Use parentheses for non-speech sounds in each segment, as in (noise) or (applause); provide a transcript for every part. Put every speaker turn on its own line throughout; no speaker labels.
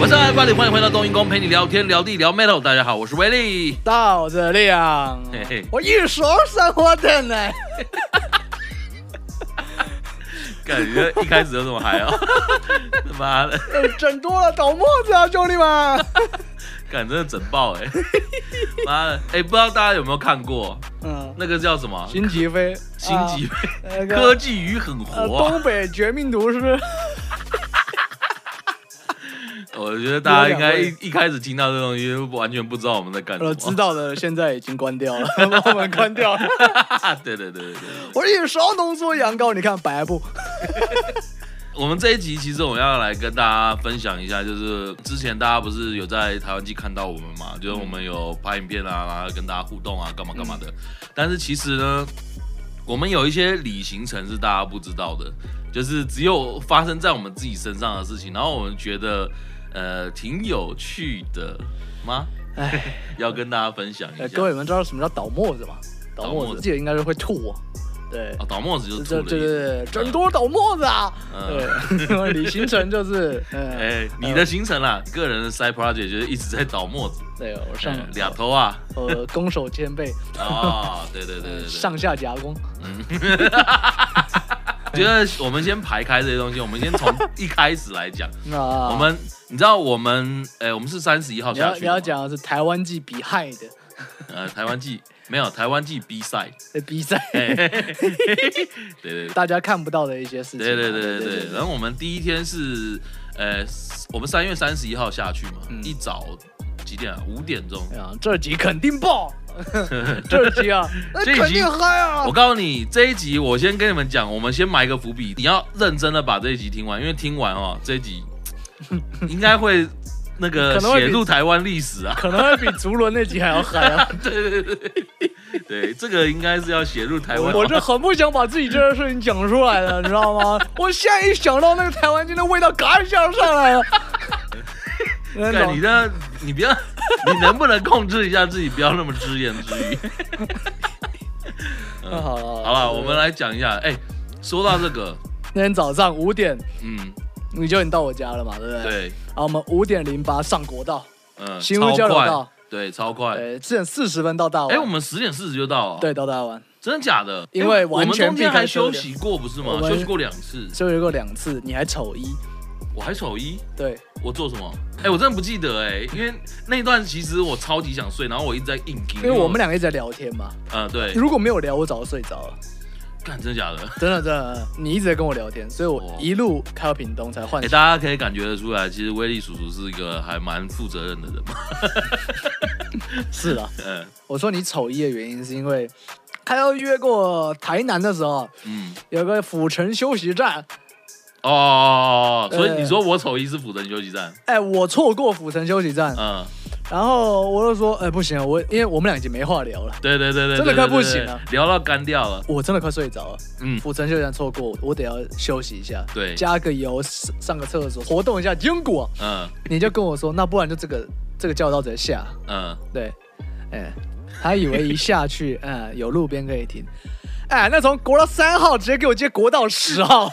我是爱巴里，欢迎回到冬阴功，陪你聊天聊地聊 metal。大家好，我是威力。
到这啊亮，
嘿嘿
我一手生活的呢。
感觉一开始就这么 (laughs) 嗨啊！他妈的，
整多了倒沫子啊，兄弟们！
感真的整爆哎、妈的，哎、不知道大家有没有看过
嗯，
那个叫什么
辛吉飞，
新级
啊那
(laughs)
个
科技与狠
呃，
活、
东北绝命毒师，
我觉得大家应该
有
一
两
一开始听到这东西，完全不知道我们在干什么。
呃，知道的现在已经关掉了，把 (laughs) 我们关 (laughs) 掉了。
(laughs) 对对对对对。
我一勺浓缩羊羔，你看白不？
哎我们这一集其实我们要来跟大家分享一下，就是之前大家不是有在台湾记看到我们嘛，
嗯
就是我们有拍影片啊，然后跟大家互动啊，干嘛干嘛的。
嗯
但是其实呢，我们有一些旅行程是大家不知道的，就是只有发生在我们自己身上的事情，然后我们觉得呃挺有趣的吗？
哎，
要跟大家分享一下。
呃各位你们知道什么叫倒沫子吗？倒
倒沫
沫
子
子，记得应该是会吐啊。对
啊，，倒沫子就是吐
这
了
这
一次。
这整多倒沫子啊！
嗯，
对， (laughs) 李行程就是，嗯，
哎，你的行程啦，个人的 side project 就是一直在倒沫子，
对我上
嗯两头啊。
呃，攻守兼备，
啊，对对对对对，
呃上下夹攻。
觉得我们先排开这些东西，我们先从一开始来讲。
那
我们你知道我们呃，我们是三十一号
啊你
下
要
去的
你
嘛
要讲的是台湾季比害的
呃台湾季没有台湾季 B
(laughs)
赛，哎
的
(laughs)
比赛，
嘿嘿嘿嘿嘿对对
大家看不到的一些事情啊。
对对对对对。然后我们第一天是呃，我们三月三十一号下去嘛，
嗯
一早几点啊？五点钟。
哎呀，这集肯
(laughs)
定爆，这集啊，那
这集
肯定嗨啊
我！告诉你，这一集我先跟你们讲，我们先埋个伏笔，你要认真的把这一集听完，因为听完哦，这一集 (laughs) 应该会那个
可能会
写
比
入台湾历史啊。 (laughs)
可能会比竹轮那集还要嗨啊！
对对对对，对，这个应该是要写入台湾。
我这很不想把自己这件事情讲出来的，你知道
(laughs)
吗？我现在一想到那个台湾军的味道，嘎一下上
(laughs)
来了。真的
干你这，你不要， (laughs) 你能不能控制一下自己，不要那么只言自语？
那嗯好了
好了，我们来讲一下。哎、说到这个，
那天早上五点，
嗯，
你就已经到我家了嘛，对不对？。
对，
然后我们五点零八上国道，
嗯，
新屋
超
交流
快
道，
对，超快。
呃，四点四十分到大
哎、
湾。
我们十点四十就到了，，
对，到大湾
真的假的？
因为
哎我
完
们
全
中间
避开
还
车流
休息过，不是吗
我？们
休息过两次，
休息过两次，你还丑一，
我还手一，
对，
我做什么？哎、我真的不记得哎、因为那一段其实我超级想睡，然后我一直在硬盯，
因为我们两个一直在聊天嘛，
呃，对，
如果没有聊，我早就睡着了，
干，真的假的？
真的真的，你一直在跟我聊天，所以
哦
我一路开到屏东才换
哎、。大家可以感觉得出来，其实威力叔叔是一个还蛮负责任的人 (laughs) 嘛。
是啦，
嗯
我说你丑一的原因是因为。他要约过台南的时候，
嗯，
有个府城休息站，
哦，所以
呃
你说我丑一是辅城休息站，
哎，我错过府城休息站，
嗯，
然后我就说，哎，不行，我因为我们俩已经没话聊了，
对对对对，
真
对
的快
对对
不行啊了
聊到干掉了。
我真的快睡着了。
嗯，
府城休息站错过，我得要休息一下，
对，
加个油，上上个厕所，活动一下筋骨啊。
嗯
你就跟我说，那不然就这个这个教道直接下，
嗯，
对，哎，还以为一下去， (laughs) 嗯，有路边可以停，哎，那从国道三号直接给我接国道十号，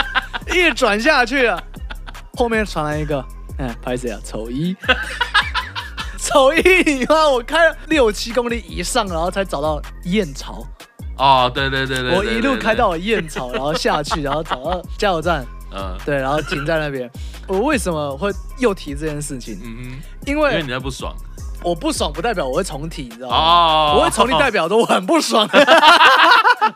(laughs) 一转下去啊，后面传来一个，哎，拍谁啊？丑一， (laughs) 丑一，你妈，我开了六七公里以上，然后才找到燕巢，
哦，对对对对，
我
对
一路开，
对
到燕巢，然后下去，然后找到加油站，
对嗯
对，然后停在那边。我为什么会又提这件事情？
嗯哼，
因
因为
为
你在不爽
我不爽不代表我会重提，你知道吗？
哦，
我会重提代表着我很
(laughs)
不爽，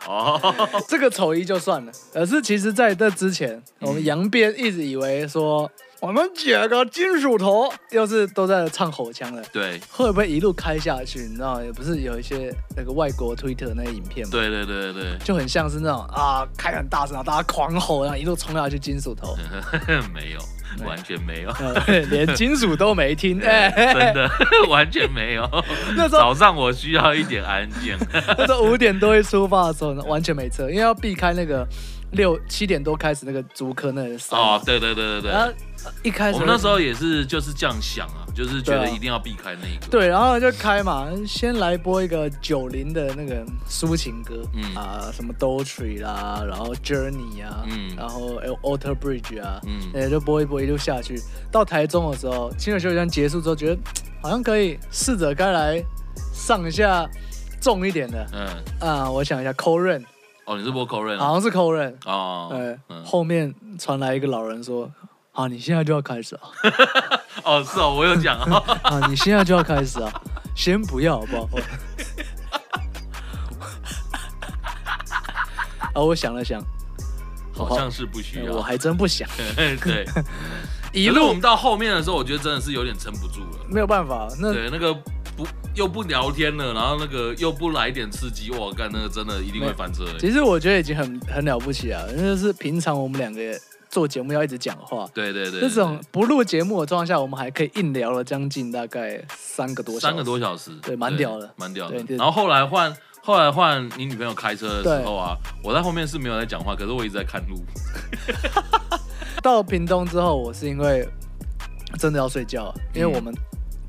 哦，
这个丑一就算了。可是其实在这之前，
嗯
我们扬鞭一直以为说我们几个金属头又是都在唱吼腔的，
对
会不会一路开下去？你知道，也不是有一些那个外国推特那些影片吗？
对对对对
就很像是那种啊，开很大声，然后大家狂吼，然后一路冲下
嗯
去金属头，
对，没有，完全没有，
呃 (laughs) 连金属都没
(laughs)
听，哎、
真的完全没有。
(laughs) 那时候
早上我需要一点安静。
那时候五点多一出发的时候呢，完全没车，因为要避开那个六七点多开始那个租客那里扫
哦，对对对对对，
然后呃一开始
我们那时候也是就是这样想啊，就是觉得一定要避开那一个。
对，然后就开嘛，先来播一个九零的那个抒情歌，
嗯
啊，什么 Dolce 啦，然后 Journey 啊，
嗯
然后 Alter Bridge 啊，
嗯
呃，就播一播，一路下去，到台中的时候，清水秀山结束之后，觉得嗯好像可以试着该来上一下重一点的
嗯，
啊，我想一下 c o r e n
哦，你是播 Korean
好
啊？
像是 c o r e n
哦
呃，，
嗯，
后面传来一个老人说。啊！你现在就要开始啊！
哦，是哦，我有讲啊。
(laughs) 啊！你现在就要开始啊！先不要好不 (laughs) 好？啊！我想了想，哎
好像是不需要。
我还真不想。
对，
一
可是我
路
们到后面的时候，我觉得真的是有点撑不住了。
没有办法，啊那
对，那个不又不聊天了，然后那个又不来一点刺激，我干那个真的一定会翻车、欸。
其实我觉得已经很很了不起啊！那就是平常我们两个做节目要一直讲话，
对对对，
这种不录节目的状况下，我们还可以硬聊了将近大概三个多小时。
三个多小时，
对蛮屌的
蛮屌的
对。对
然后后来换。后来换你女朋友开车的时候啊，我在后面是没有在讲话，可是我一直在看路。
到屏东之后，我是因为真的要睡觉啊，
嗯
因为我们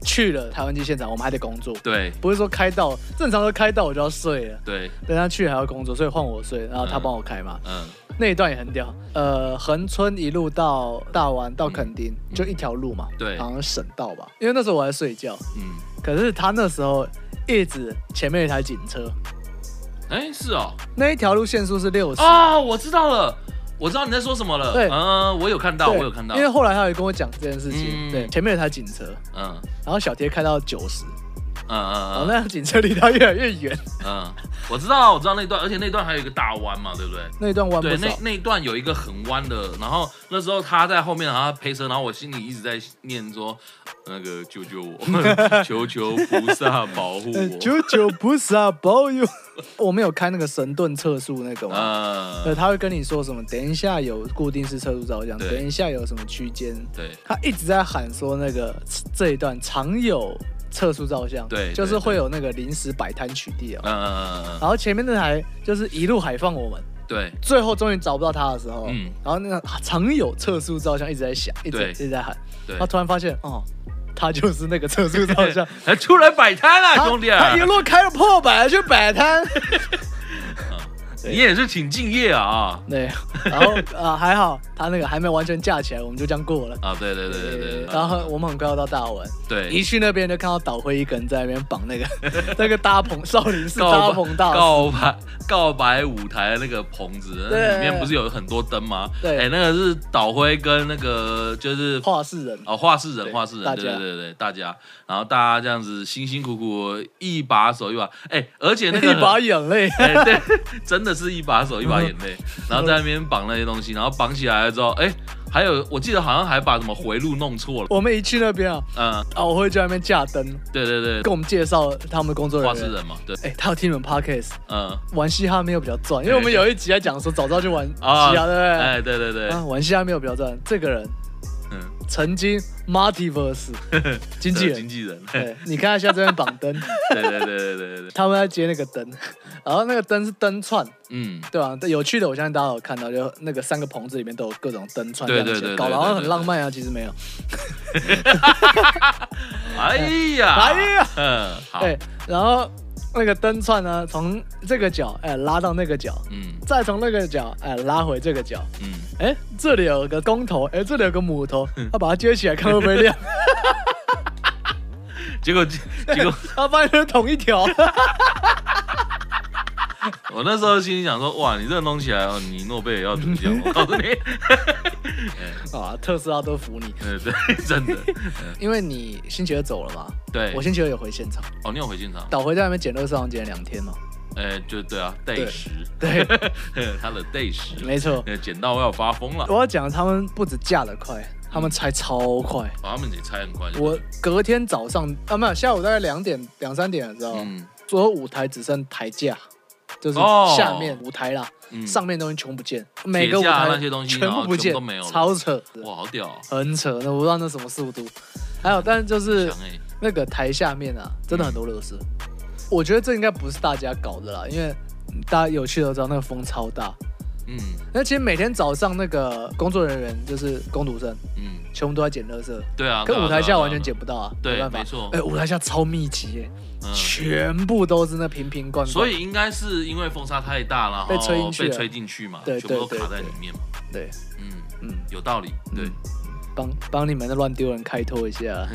去了台湾机现场，我们还得工作。
对
不是说开到正常的开到我就要睡了，
对，
等他去还要工作，所以换我睡，然后他帮我开嘛。
嗯
那一段也很屌，呃，恒春一路到大湾到垦丁、就一条路嘛，
嗯对
好像是省道吧。因为那时候我在睡觉，
嗯，
可是他那时候一直前面有一台警车，
哎、是哦，
那一条路限速是六十、
啊、我知道了，我知道你在说什么了。
对
嗯，我有看到，
对，
我有看到
因。为后来他有跟我讲这件事情，
嗯
对，前面有一台警车，
嗯
然后小贴开到九十、
嗯
然后
嗯嗯
哦那辆警车离他越来越远，
嗯，我知道，我知道那段，而且那段还有一个大弯嘛，对不对？
那一段弯不
对，
少
那，那一段有一个很弯的，然后那时候他在后面，然后他陪车，然后我心里一直在念说，那个救救我， (laughs) 求求菩萨保护
呃
我。
(laughs) 九九菩萨保佑。 (laughs) 我们有开那个神盾测速那个嘛，呃，
呃，
他会跟你说什么？等一下有固定式测速照相，
对
等一下有什么区间？
对
他一直在喊说那个这一段常有测速照相，
对对
就是会有那个临时摆摊取缔啊。
呃，
然后前面那台就是一路海放我们，
对
最后终于找不到他的时候，
嗯
然后那个常有测速照相一直在响，一直
对
一直在喊，
对
然后，突然发现哦，他就是那个测速
(laughs)
照相，
还出来摆摊啦，
他
兄弟啊，
他一路开了破百去摆摊。
你也是挺敬业啊啊。
对， (laughs) 然后啊、呃还好他那个还没完全架起来，我们就这样过了。
啊，对对对对对，嗯
然后我们很快要到大文，一
对
去那边就看到岛辉一个人在那边绑
(laughs)
那个那个搭棚少林寺搭
告
棚
白
大师，
告白告白舞台的那个棚子，
对
那里面不是有很多灯吗？
对
哎，那个是导灰跟那个就是
画事人，
哦，画事人，
对
画事
大
人，
家
对对对对，大家，然后大家这样子辛辛苦苦一把手一把，哎，而且那个
(laughs) 一把眼泪。
哎，对，真的是一把手一把眼
(laughs)
泪，然后在那边绑那些东西，然后绑起来了之后，哎，还有我记得好像还把什么回路弄错了，
我们一去那边啊，
嗯，
啊，我会在那边架灯，
对对
跟
对，
我们介绍他们的工作
画
人
事
员。
人嘛，对，
哎、他有听你们 podcast
嗯
玩嘻哈没有比较赚，因为我们有一集在讲说早知道就玩嘻哈，啊对不对？
哎，对对对，
啊，玩嘻哈没有比较赚。这个人
嗯，
曾经
(laughs)
multiverse 经纪
经
人，
纪人，对
对， (laughs) 你看他现在这边绑灯， (laughs)
对对对对对，
他们在接那个灯， (laughs) 然后那个灯是灯串，
嗯，
对啊，有趣的我相信大家有看到，就那个三个棚子里面都有各种灯串，
对
这样子
对对对
搞得好像
对对
很浪漫啊，其实没有。
哎呀，
(laughs) 哎呀，
嗯，好，
对，然后那个灯串呢，从这个角哎拉到那个角，
嗯
再从那个角哎拉回这个角，
嗯，
哎这里有个公头，哎这里有个母头，他把它接起来看会不会
(laughs)
亮，
结果结果。
他发现是同
(laughs)
一条，
我那时候心里想说，哇，你这个弄起来哦，你诺贝尔要得奖，我告诉你， (laughs)
啊特斯拉都服你，
呃，对，真的，嗯
因为你星期二走了嘛，
对，
我星期二有回现场，
哦，你有回现场，
倒回在那边捡垃圾房捡了两天哦，
呃，就对啊，day 十，
对，
(laughs) 他的 day 十，
没错。
呃，剪到我要发疯了，
我要讲，他们不止架得快，他们拆超快。
把他们给拆很快，
我隔天早上啊，没有下午大概两点两三点的时候，
嗯
所有舞台只剩台架，就是
哦
下面舞台啦，
嗯，
上面东西全部不见，每个舞
铁架
台
那些东西
全
然
部
后
不
全
见，
部都没有了
超扯，
哇，好屌哦，
很扯。那我不知道那什么速度。还有，但是就是
强哎，
那个台下面啊，真的很多乐事。我觉得这应该不是大家搞的啦，因为大家有趣都知道那个风超大，
嗯
那其实每天早上那个工作人员就是工读生，
嗯，
全部都在捡垃圾，
对啊，对
跟
啊
舞台
对
下
啊
完全
对
捡
啊
不到啊，
对
没办法
没错
哎，舞台下超密集耶，
嗯
全部都是那瓶瓶罐罐，
所以应该是因为风沙太大了，
被吹进
哦
去了
被吹进去嘛，
对
全部都
对对
卡在
对
里面嘛。
对，
嗯，
嗯。
有道理，对，
帮帮你们的乱丢人开脱
(laughs)
一下。啊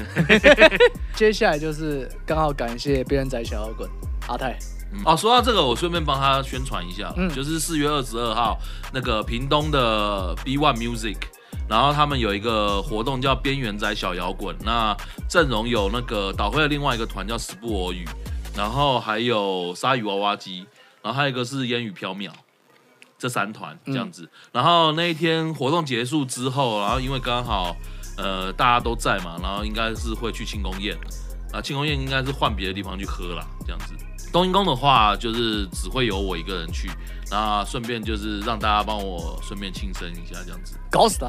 接下来就是刚好感谢别人仔小摇滚阿泰，
嗯哦，说到这个，我顺便帮他宣传一下，
嗯
就是四月二十二号那个屏东的 B One Music。然后他们有一个活动叫“边缘仔小摇滚”，那阵容有那个岛会的另外一个团叫“死不偶语”，然后还有鲨鱼娃娃机，然后还有一个是烟雨飘渺，这三团这样子。然后那一天活动结束之后，然后因为刚好呃大家都在嘛，然后应该是会去庆功宴，啊，庆功宴应该是换别的地方去喝啦，这样子。冬阴功的话，就是只会有我一个人去，那顺便就是让大家帮我顺便庆生一下，这样子。 (laughs)
搞死他！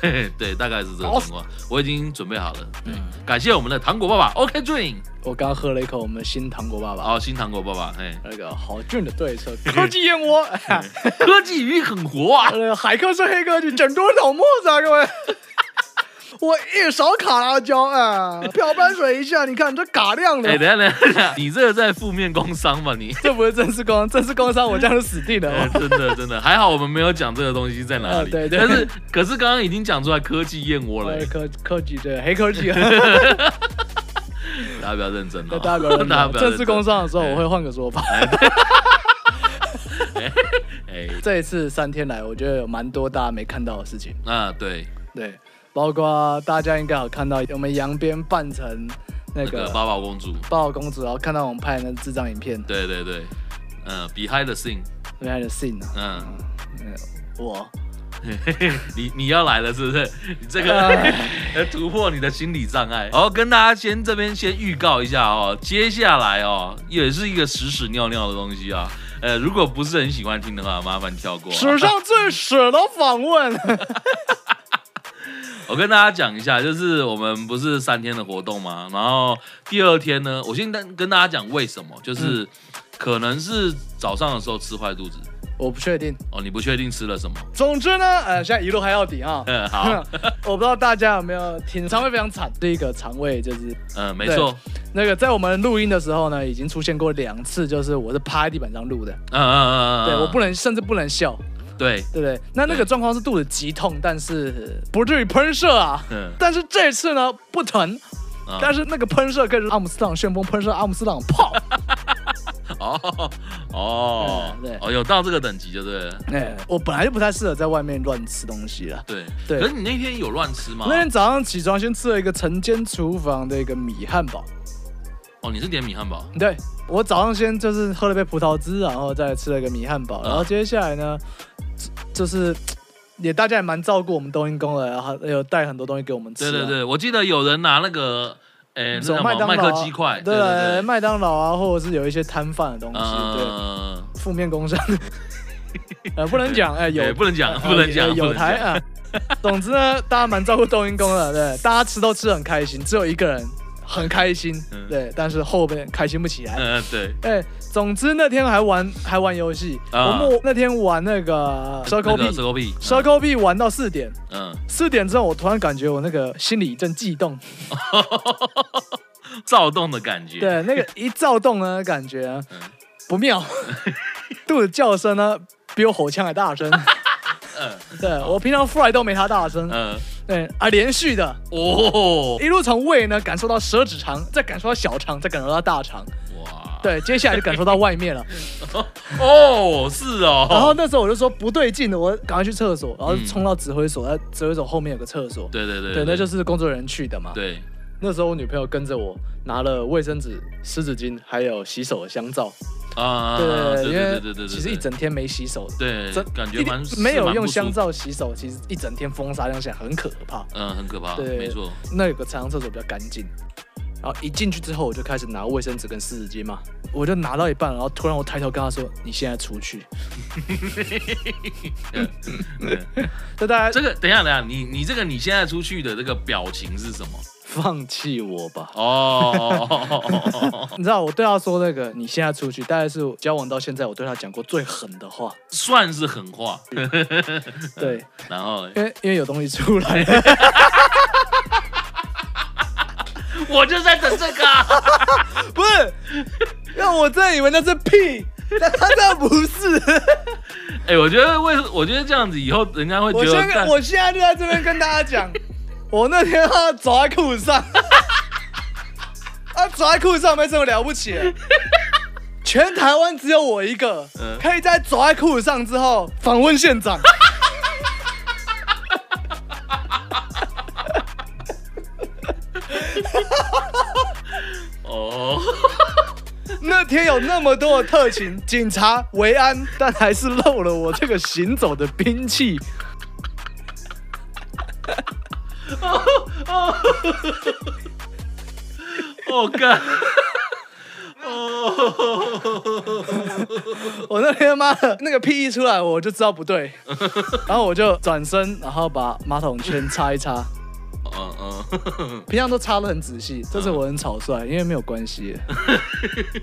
嘿嘿，对，大概是这个
好
情况，我已经准备好了。对，
嗯
感谢我们的糖果爸爸，OK Dream，
我刚喝了一口我们新糖果爸爸
好，新糖果爸爸，嘿，
那个好俊的对策，科技燕
(laughs)
窝，
科技鱼很活
(laughs)
啊，
呃，海克是黑科技，整桌老沫子啊，各位。 (laughs) 我一勺卡拉椒啊，漂白水一下，你看这嘎亮
哎、
的，
等一下等一下等一下，你这个在负面工伤吧你？
(laughs) 这不是正式工，正式工伤我这样就死定了。
哎、真的真的，还好我们没有讲这个东西在哪里。
啊哦对对
但是可是刚刚已经讲出来科技燕窝了、
我
哎
科科技对黑科技， (laughs)
大家不要认真
那
哦，
大家不要
(laughs) 大家不要认
认真。正
真
式工。伤的时候，我会换个说法。
哎、
(laughs) 这一次三天来，我觉得有蛮多大家没看到的事情，
啊对，
对，包括大家应该有看到我们扬鞭扮成那
那个
个
八宝公主，
八宝公主，然后看到我们拍的那智障影片
对对对，嗯，behind the scene，
原来的 scene 啊，
嗯，
嗯我
(laughs) 你你要来了是 (laughs) 不是？你这个
哎
要 (laughs) 突破你的心理障碍。好，哦跟大家先这边先预告一下哦，接下来哦也是一个屎屎尿尿的东西啊。呃，如果不是很喜欢听的话，麻烦跳过啊、
史上最屎的访问，
(laughs) 我跟大家讲一下，就是我们不是三天的活动嘛，然后第二天呢，我先跟跟大家讲为什么，就是、可能是早上的时候吃坏肚子
我不确定。
哦，你不确定吃了 (laughs) 什么。
总之呢，呃，现在一路嗨到底啊。
嗯， (laughs) 好，
(laughs) 我不知道大家有没有听，肠胃非常惨。第一个肠胃就是
嗯，没错，
那个，在我们录音的时候呢，已经出现过两次，就是我是趴在地板上录的，
嗯嗯嗯嗯，
对我不
能
能，甚至不能笑，
对，
对不对？那那
对
个状况是肚子极痛，但是不至于喷射啊。 (laughs)
嗯，
但是这次呢不疼，
啊
但是那个喷射跟阿姆斯特朗旋风喷射阿姆斯特朗炮，
哦哦
嗯，对
哦，有到这个等级就对了，
哎，我本来就不太适合在外面乱吃东西了。
对
对
可是你那天有乱吃吗？
那天早上起床先吃了一个晨间厨房的一个米汉堡，
哦，你是点米汉堡，
对我早上先就是喝了杯葡萄汁，然后再吃了一个米汉堡，
嗯
然后接下来呢，就就是也大家也蛮照顾我们冬阴功的，然后有带很多东西给我们吃、
对
啊。
对对，我记得有人拿那个，哎，那
什
叫
么
什
麦
么
当
麦
劳
克
啊
鸡块，
对
对对，啊
麦当劳啊，或者是有一些摊贩的东西，对，
嗯。
负面
(laughs)
工伤，呃，不能讲，哎、有、
哎不能讲，
呃
不能讲，
有
不
有
能
台
讲。
啊。总之呢，大家蛮照顾冬阴功的，对，大家吃都吃得很开心，只有一个人很开心，
嗯
对，但是后边开心不起来。
嗯，对，
哎，总之那天还玩还玩游戏，我
啊
们那天玩那个 Circle
蛇
B。
口币，
Circle B 玩到四点，
嗯， (laughs)
四点之后我突然感觉我那个心里一阵悸动，
嗯躁动的感觉。，
对，那个一躁动呢，感觉啊
嗯
不妙，肚子叫声呢比我吼腔还大声。
嗯
对我平常 fly 都没他大声，
嗯，
对啊，连续的，
哦，
一路从胃呢感受到舌指肠，再感受到小肠，再感受到大肠，
哇，，
对，接下来就感受到外面了。
哦，是
然后
哦，
那时候我就说不对劲，我赶快去厕所，然后冲到指挥所，在指挥所后面有个厕所，
对对对
对，那就是是工作人员去的嘛。
对，
那时候我女朋友跟着我拿了卫生纸、湿纸巾，还有洗手的香皂。
啊，
对
对对
因
对对
为
对，
其实一整天没洗手，
对
真，
感觉
一定
蛮
没有用，
是蛮
香
不舒服
皂洗手，其实一整天风沙量起来很可怕。
嗯，很可怕，
对
没错，
那有个长厕所比较干净。然后一进去之后，我就开始拿卫生纸跟湿纸巾嘛，我就拿到一半，然后突然我抬头跟他说：“你现在出去。 (laughs)
对”
就大家
这个等一下，等一下，你你这个你现在出去的这个表情是什么？
放弃我吧。
哦哦哦哦哦
(laughs)
哦哦，
你知道我对他说那个“你现在出去”，大概是我交往到现在我对他讲过最狠的话。
算是狠话。
对，
然后
因为因为有东西出来 (laughs) 了。
我就在等这个、啊， (laughs)
不是，让我真的以为那是屁，但他这不是。
哎、我觉得为什我觉得这样子以后人家会觉
我
得
现
干
在我现在就在这边跟大家
(laughs)
讲，我那天啊走在裤子上，啊走在裤子上没什么了不起
(laughs)
的，全台湾只有我一个，
嗯
可以在走在裤子上之后访问
(laughs)
县长。
哦，
那天有那么多的特勤、警察、维安，但还是漏了我这个行走的兵器。
哦干， (laughs) 哦，
我那天妈的那个屁一出来，我就知道
(laughs)
不对，然后我就转身，然后把马桶圈擦一擦。
嗯嗯，
平常都擦得很仔细，这次我很草率，因为没有
(laughs)
关系，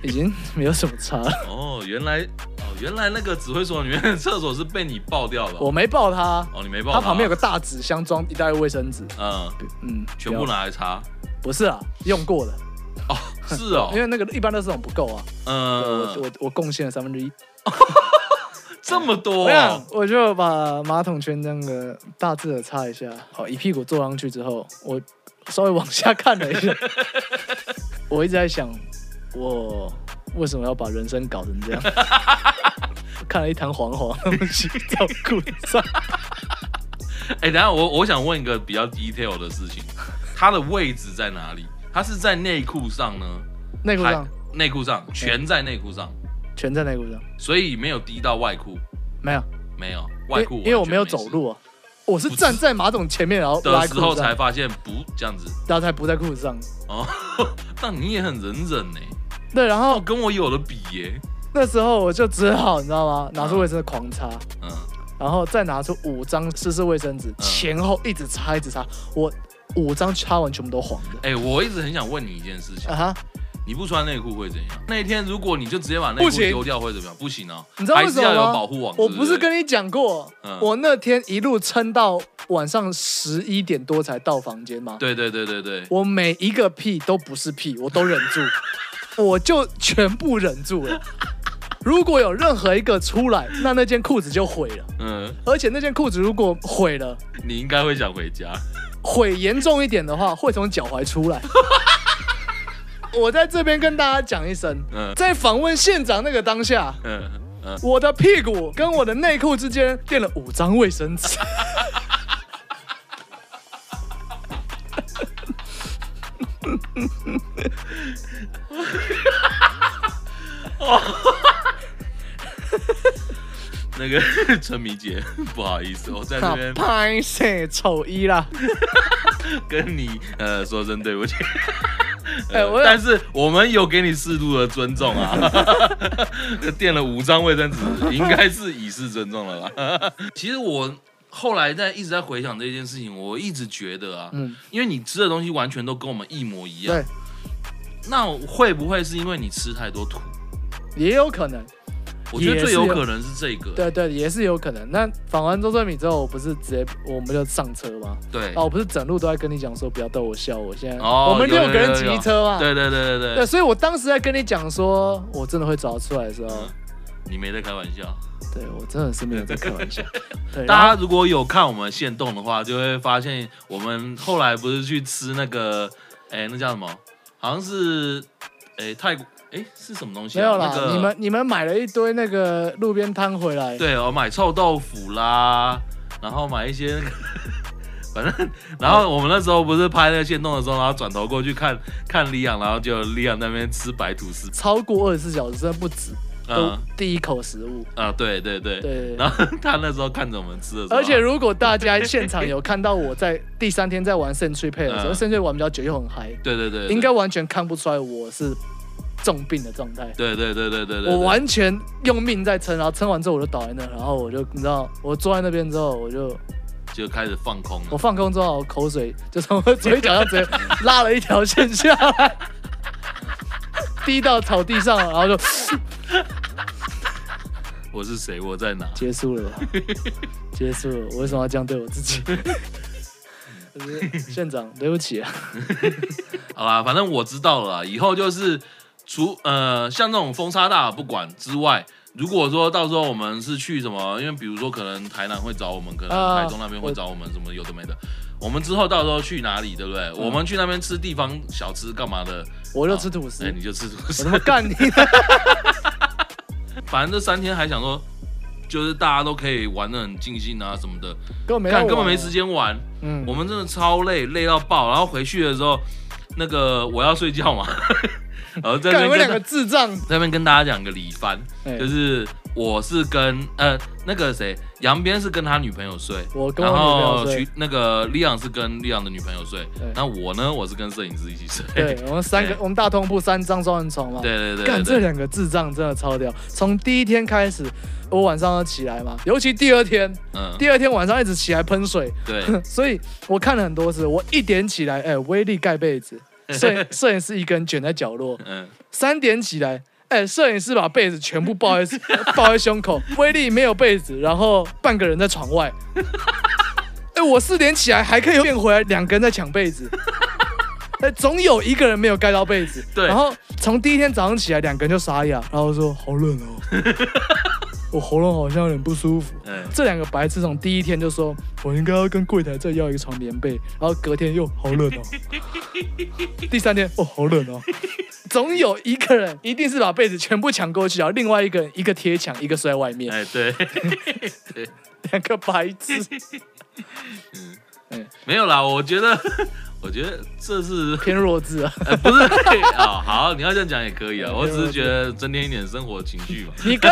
已经没有什么擦了。
哦，原来哦原来那个指挥所里面的厕所是被你爆掉了。
我没抱他，
哦，你没爆
他
它
旁边有个大纸箱装一袋卫生纸，
嗯，
嗯，
全
不
部
要？
拿来擦。
不是啊，用过了，
哦，是哦
因，为那个一般都是这种不够啊，我
嗯，
我我贡献了三分之一，
这么多
我想
哦，
我就把马桶圈那个大致的擦一下，好，一屁股坐上去之后，我稍微往下看了一
(laughs)
下，我一直在想，我为什么要把人生搞成这样？看了一滩黄黄的东西在我裤子上，
哎，等一下我我想问一个比较 detail 的事情，它的位置在哪里？它是在内裤上呢？
内裤上
还内裤上全在内裤上，
全在内裤上，
所以没有滴到外裤，
没有，
没有
因
外
为
裤
因为我
完全
没有走
事
路啊，我是站在马桶前面，然后拉
的时
裤
候
子
才
上，
发现不这样子
然后才不在裤子上。
哦， (laughs) 那你也很忍忍呢，
对，然
哦
后
跟我有了比耶，
那时候我就只好你知道吗？拿出
嗯
卫生纸狂擦。
嗯，
然后再拿出五张湿湿卫生纸，前后一直擦一直擦，我五张擦完全部都黄的。
哎，我一直很想问你一件事情
啊，哈！
你不穿内裤会怎样？那一天如果你就直接把内
不
裤
行
丢掉会怎么样？不行哦，
你知道为
还
什
是
么吗
要有保护网。
我
对
不是
对
跟你讲过，
嗯
我那天一路撑到晚上十一点多才到房间吗？
对对对对对，
我每一个屁都不是屁，我都忍住， (laughs) 我就全部忍住了。如果有任何一个出来，那那件裤子就毁了。
嗯，
而且那件裤子如果毁了，
你应该会想回家。
毁严重一点的话，会从脚
(laughs)
踝出来。我在这边跟大家讲一声，
嗯
在访问县长那个当下，
嗯嗯，
我的屁股跟我的内裤之间垫了五张卫生
(laughs)
纸。
那个 (laughs) 陈明姐，不好意思，我在这边
啊拍摄丑一啦，
跟你呃说声对不起。
(laughs) 哎
呃
我有
但是我们有给你适度的尊重啊， (laughs) 垫了五张卫生纸，应该是以示尊重了吧？ (laughs) 其实我后来在一直在回想这件事情，我一直觉得啊，
嗯，
因为你吃的东西完全都跟我们一模一样，
对，
那会不会是因为你吃太多土？
也有可能，
我觉
也
得最
是
有
有
可能是这个，
对对，也是有可能。那访完周正米之后，我不是直接我们就上车吗？
对
哦，我不是整路都在跟你讲说不要逗我笑，我现在、
哦
我们
有
六
有
个人
有
挤
有
一车嘛，
对对对对
对，
对，
所以我当时在跟你讲说，我真的会找他出来的时候，
你没在开玩笑。
对我真的是没有在开玩
(laughs)
笑。对，然后
大家如果有看我们现动的话，就会发现我们后来不是去吃那个，哎、那叫什么？好像是，哎、泰国，哎、是什么东西、
没
啊？
有啦，
那个
你们你们买了一堆那个路边摊回来，
对，我买臭豆腐啦，然后买一些那个。 (laughs) 反正，然后我们那时候不是拍那个现动的时候，然后转头过去看看李阳，然后就李阳那边吃白吐司，
超过二十四小时真的不止。都
嗯
第一口食物。
啊，对对对
对对对
然后 (laughs) 他那时啊候看着我们吃的时候，
而且如果大家现场有看到我在第三天在玩圣趣配的时候，
嗯
圣趣玩比较久又很嗨，
对对对，对
应该完全看不出来我是重病的状态。
对对对对对对，对
我完全用命在撑，然后撑完之后我就倒在那，然后我就你知道，我坐在那边之后，我就
就开始放空
我
了。
放空之后，我口水就从我嘴角上直接拉了一条线下来，滴到草地上，然后就 (laughs)
我是谁？我在哪？
结束了，结束了。我为什么要这样对我自己？ (laughs) 就是县长，对不起啊。
好啦，反正我知道了啦，以后就是除呃像那种风沙大不管之外，如果说到时候我们是去什么，因为比如说可能台南会找我们，可能
啊
台中那边会找我们，什么有的没的。我们之后到时候去哪里，对不对？我们去那边吃地方小吃干嘛的？
我就吃吐司
哎、，你就吃吐
我
司
他。妈干你！
(laughs) 反正这三天还想说，就是大家都可以玩的很尽兴啊什么的，
根本没
但根本没时
间。
间玩。
嗯，
我们真的超累，累到爆。然后回去的时候，那个我要睡觉嘛， (laughs) 然后在
干
那
你们
边
两
跟
个智
(laughs)
障。
在那边跟大家讲个李帆，
哎
就是我是跟呃那个谁杨边是跟他女朋友睡，
我跟
然
我女朋
后
友睡
徐，那个利昂是跟利昂的女朋友睡
对，
那我呢我是跟摄影师一起睡。
对我们三个
哎，
我们大通铺三张双人床嘛。
对对对对
干这
对，
两个智障真的超屌！从第一天开始，我晚上要起来嘛，尤其第二天，
嗯，
第二天晚上一直起来喷水， (laughs)
对，
所以我看了很多次。我一点起来，哎、威力盖被子，摄摄影师一个人卷在角落；
嗯，
三点起来，哎、摄影师把被子全部抱在 (laughs) 抱在胸口，威力没有被子，然后半个人在床外。 (laughs) 哎、我四点起来还可以变回来，两个人在抢被子。哎，总有一个人没有盖到被子。
对
然后从第一天早上起来，两个人就沙哑，然后说好
(laughs)
冷哦，我喉咙好像有点不舒服。
嗯，
这两个白痴从第一天就说，我应该要跟柜台再要一个床棉被，然后隔天又好冷哦，第三天哦好冷哦，
(laughs)
总有一个人一定是把被子全部抢过去，然后另外一个人一个贴墙，一个睡在外面，
哎对， (laughs)
两个白痴，
没有啦，我觉得我觉得这是
偏弱智啊！
呃不是 (laughs) 啊？好，你要这样讲也可以啊，
嗯
我只是觉得增添一点生活情趣嘛。
你跟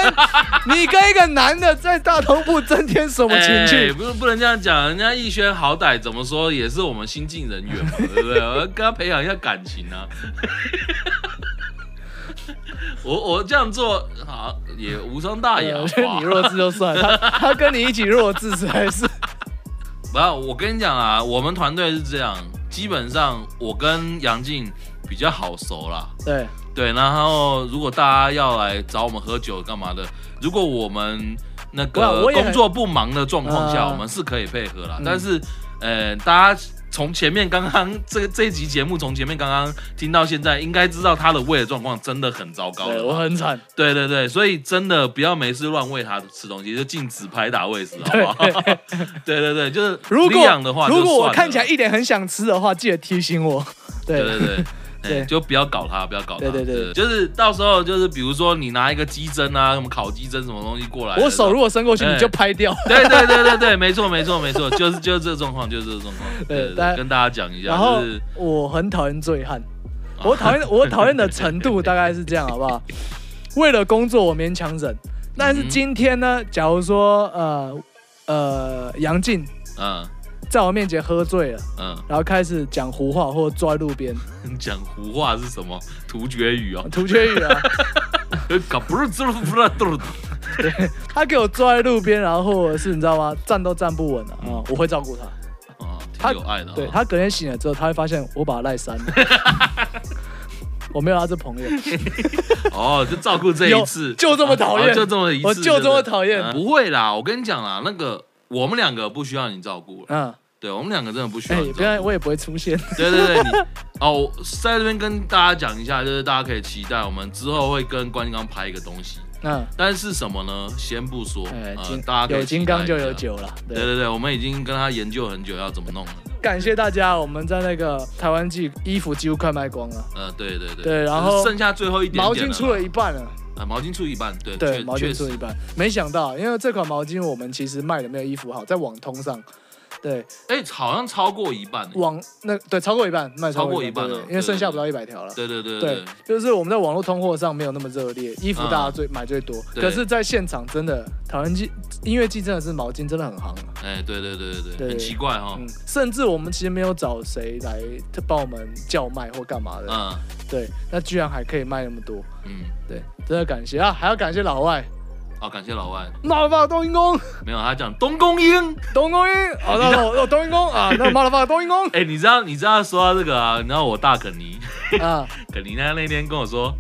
你跟一个男的在大通铺增添什么情
哎
趣？
不是不能这样讲，人家逸轩好歹怎么说也是我们新进人员嘛，对不对？我要跟他培养一下感情啊。 (laughs) 我我这样做好也无伤大雅
呃我
吧。
觉得你弱智就算了，他他跟你一起弱智实在是，
不要，我跟你讲啊，我们团队是这样，基本上我跟杨静比较好熟啦。
对
(laughs) 对，然后如果大家要来找我们喝酒干嘛的，如果我们那
哇
个
我也很
工作不忙的状况下，
呃
我们是可以配合啦。
嗯
但是，呃，大家从前面刚刚这这一集节目从前面刚刚听到现在，应该知道他的胃的状况真的很糟糕
对，我
了。
很惨，
对对对，所以真的不要没事乱喂他吃东西，就禁止拍打喂食，好
对
不好？ (laughs) 对对对，就是
如
领
果
养的话就
如
算了，
果我看起来一脸很想吃的话，记得提醒我。
对
对
对
(laughs)
对。
对
哎就不要搞他，不要搞他。
对对对
就是到时候就是比如说你拿一个鸡胗啊，什么烤鸡胗什么东西过来，
我手如果伸过去，
哎
你就拍掉。
(laughs) 对对对对对，没错没错没错，就是就是这个状况，就是这个状
(laughs)
况。
对
对，对
大家
对跟大家讲一下，
然后哦
就是
我很讨厌醉汉，我讨 (laughs) 厌我讨厌的程度大概是这样，好不好？为了工作我勉强忍，但是
嗯哼
今天呢，假如说呃呃杨静
嗯
在我面前喝醉了，
嗯，
然后开始讲胡话或者坐在路边，
你讲胡话是什么？突厥语哦， (laughs)
涂缺 (laughs) 语啊，
搞不是知道不知道嘟嘟
他给我坐在路边，然后或者是你知道吗？站都站不稳了啊，我会照顾他。
啊，
(laughs) 他
挺有爱的啊。
对他隔天醒了之后，他会发现我把他赖删 (laughs) 了，我没有他是朋 (laughs) 友。
哦，就照顾这一次，
有就这么讨厌
哦就这么一次，
我就这么讨厌
对不对嗯不会啦，我跟你讲啦，那个我们两个不需要你照顾了，
嗯，
对我们两个真的不需
哎、
要你
不
照顾
然。我也不会出现。
(laughs) 对对对，你哦，我在这边跟大家讲一下，就是大家可以期待我们之后会跟关金刚拍一个东西，
嗯，
但是什么呢？先不说，
哎，
呃
金、，
大家可以
有金
期待
刚就有
一下。
酒了。对，
对对对，我们已经跟他研究很久要怎么弄了。
感谢大家，我们在那个台湾季衣服几乎快卖光了，
呃，对对对，
对然后
剩下最后一点
毛
点
巾
了
出了一半了。
啊，毛巾出一半，对
对，
确
毛
确
巾
实
出了一半，没想到，因为这款毛巾我们其实卖的没有衣服好，在网通上对，
哎，好像超过一半欸。
网那对超过一半，卖
超
过
过一半
对
了
对因
对
为剩下
对
不到一百条了。
对对对啊
对，就是我们在网络通货上没有那么热烈，衣服大家最、买最多，
对
可是在现场真的讨人季音乐季真的是毛巾真的很行、啊，
哎，对对对对对，
对
很奇怪哦哈。
嗯，甚至我们其实没有找谁来特帮我们叫卖或干嘛的，
嗯
对，那居然还可以卖那么多，
嗯，
对，真的感谢啊，还要感谢老外，
好，感谢老外。
妈的冬阴功，
没有，他讲东宫鹰。
冬 (laughs) 阴，好的，那我冬阴功 (laughs) 啊，那妈的冬阴功
哎，你知道你知道说到这个啊，你知道我大肯尼，
啊
肯尼他那天跟我说，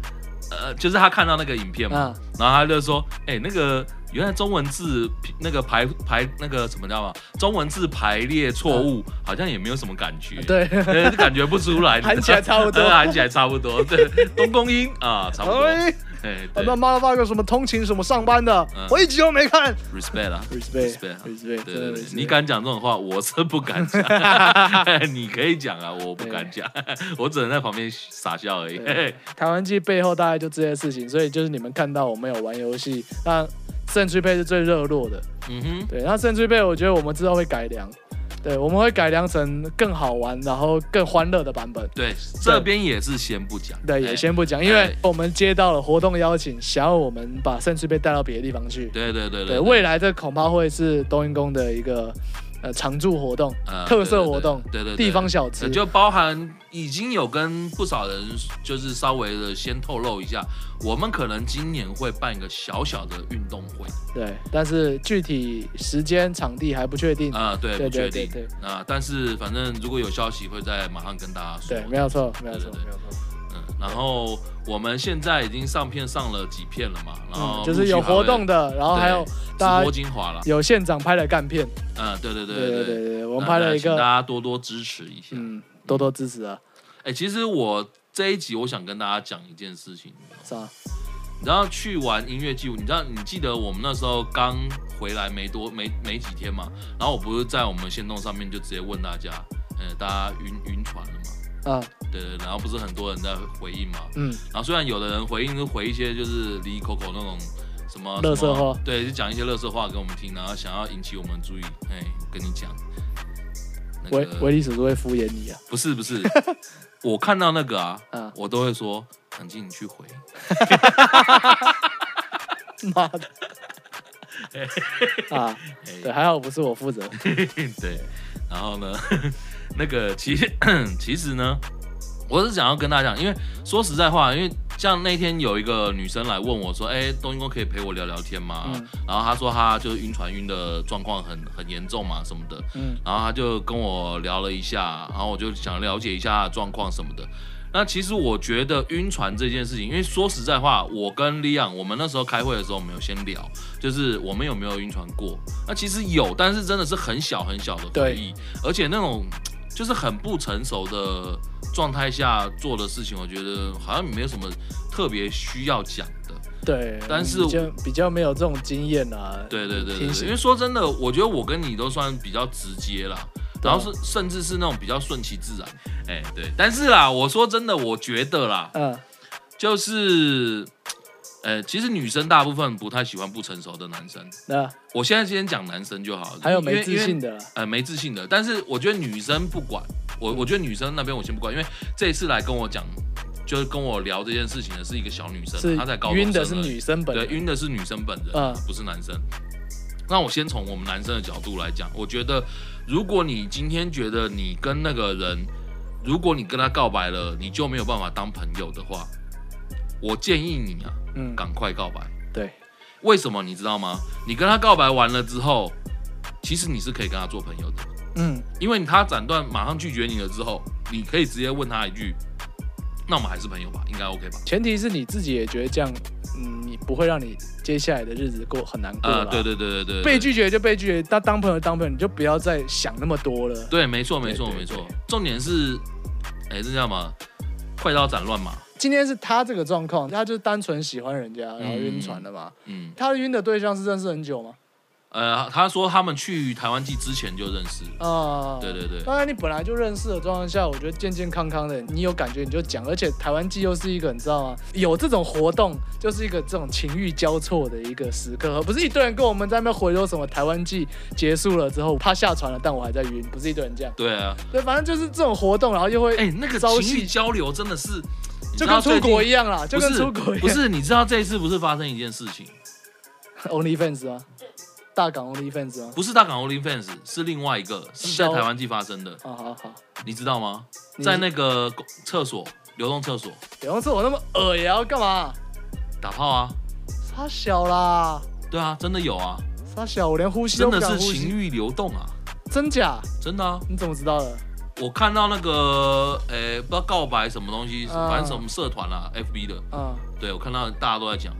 呃，就是他看到那个影片嘛，
啊
然后他就说，哎，那个原来中文字那个排排那个什么叫嘛，中文字排列错误，好像也没有什么感觉。
嗯对，
对，就感觉不出来，
喊起来差不
(laughs)
多
对喊起来差不多，对，东宫音啊，差不多，哎，
(laughs) 哎，
对
那妈的那个什么通勤什么上班的
嗯，
我一集都没看
，respect 啊。
，respect
Respect 啊
respect，
对对
真的
对，
respect
你敢讲这种话，我是不敢讲。
(laughs)
你可以讲啊，我不敢讲，我只能在旁边傻笑而已。嘿
对
嘿
台湾季背后大概就这些事情，所以就是你们看到我们有玩游戏，那胜区配是最热络的。
嗯哼，
对，那胜区配我觉得我们之后会改良，对，我们会改良成更好玩，然后更欢乐的版本。
对，这边也是先不讲，
对，
哎
也，先不讲，因为我们接到了活动邀请，想要我们把胜区配带到别的地方去。
对对对
对，未来这恐怕会是冬阴功的一个呃常驻活动、
呃
特色活动、
对对对对
地方小吃
呃。就包含已经有跟不少人就是稍微的先透露一下，我们可能今年会办一个小小的运动会，
对，但是具体时间、场地还不确定。
啊、对，
嗯对
不确
对对
定
对，
啊、但是反正如果有消息会再马上跟大家说。
对，没有错，没有错，
对对对
没有错。
嗯，然后我们现在已经上片上了几片了嘛，然后、
嗯，就是有活动，的，然后还有
对
大
直
家
播精华了。
有现场拍的干片，
嗯，对对对
对
对
对对对，
那
我们拍了
那
一
请大
个，
家多多支持一下。哎、
嗯，多多支持啊，
哎其实我这一集我想跟大家讲一件事情，
是吧？
你知道去玩音乐季，你知道你记得我们那时候刚回来没多没没几天嘛，然后我不是在我们线动上面就直接问大家，呃，大家晕晕船了嘛？
啊，
对对，然后不是很多人在回应嘛，
嗯，
然后虽然有的人回应是回一些就是离 Coco 那种什么
垃圾
什么
话
对，就讲一些乐色话给我们听，然后想要引起我们注意。哎，跟你讲，那
维
个
维力叔叔会敷衍你啊，
不是不是， (laughs) 我看到那个啊，
啊
我都会说冷静你去回。
妈的，
(laughs)
啊，
哎
对，还好不是我负责，
对，然后呢， (laughs) 那个其实 (coughs) 其实呢，我是想要跟大家讲，因为说实在话，因为像那天有一个女生来问我说，哎、冬阴功可以陪我聊聊天吗？
嗯
然后她说她就是晕船晕的状况很很严重嘛什么的，
嗯
然后她就跟我聊了一下，然后我就想了解一下她的状况什么的。那其实我觉得晕船这件事情，因为说实在话，我跟 Leon 我们那时候开会的时候，我们有先聊，就是我们有没有晕船过？那其实有，但是真的是很小很小的回忆，而且那种就是很不成熟的状态下做的事情，我觉得好像没有什么特别需要讲的。
对，
但是
比较比较没有这种经验啊，
对对对对
提
对，
醒
因为说真的，我觉得我跟你都算比较直接啦，
对
然
啊
后是甚至是那种比较顺其自然。哎，对，但是啦，我说真的，我觉得啦，
嗯，
就是，呃，其实女生大部分不太喜欢不成熟的男生。
那
我现在先讲男生就好了，
啊还有
因为
没自，
因
信
为
的啦，啊
呃，没自信的。但是我觉得女生不管我，我觉得女生那边我先不管，因为这一次来跟我讲，就是跟我聊这件事情的是一个小女
是
生，啊她在高中
晕的
生
是
而已
女生本
对，
人，
晕的是女生本人，
嗯
不是男生。那我先从我们男生的角度来讲，我觉得如果你今天觉得你跟那个人，如果你跟他告白了，你就没有办法当朋友的话，我建议你啊，
嗯，
赶快告白。
对，
为什么你知道吗？你跟他告白完了之后，其实你是可以跟他做朋友的，
嗯，
因为他斩断马上拒绝你了之后，你可以直接问他一句：“那我们还是朋友吧，应该 OK 吧？”
前提是你自己也觉得这样，嗯，你不会让你接下来的日子过很难过
啊、
啦
对对对对对，
被拒绝就被拒绝，那当朋友当朋友，你就不要再想那么多了。
对，没错，没
对
错，
对
没错
对。
重点是，哎、这叫什么？快刀斩乱麻。
今天是他这个状况，他就是单纯喜欢人家，然后晕船了嘛。
嗯，
他晕的对象是认识很久吗？
呃，他说他们去台湾记之前就认识了，
啊、
对对对
当然，你本来就认识的状况下，我觉得健健康康的，你有感觉你就讲。而且台湾季又是一个，你知道吗？有这种活动，就是一个这种情欲交错的一个时刻，而不是一堆人跟我们在那边回说什么台湾季结束了之后，他下船了，但我还在晕，不是一堆人这样。
对啊，
对，反正就是这种活动，然后又会、
哎、那个
朝
情
夕
侣交流真的是，你知
就跟
道
出国
最近
一样啦，就跟出国一样。
不
(laughs)
是，不是你知道这一次不是发生一件事情，
OnlyFans 吗？大港 OnlyFans 吗？
不是大港 OnlyFans，是另外一个是在
小
台湾记发生的，
啊，好好，
你知道吗？
你
在那个公厕所流动厕所
有用是我那么恶也要干嘛？
打炮啊，
傻小啦，
对啊，真的有啊，
傻小，我连呼吸都
真
不
的
敢
是
呼
情
吸，
欲流动啊，
真假？
真的啊。
你怎么知道的？
我看到那个，诶、不知道告白什么东西，
嗯
反正什么社团啦、f b 的，
啊、
对我看到大家都在讲，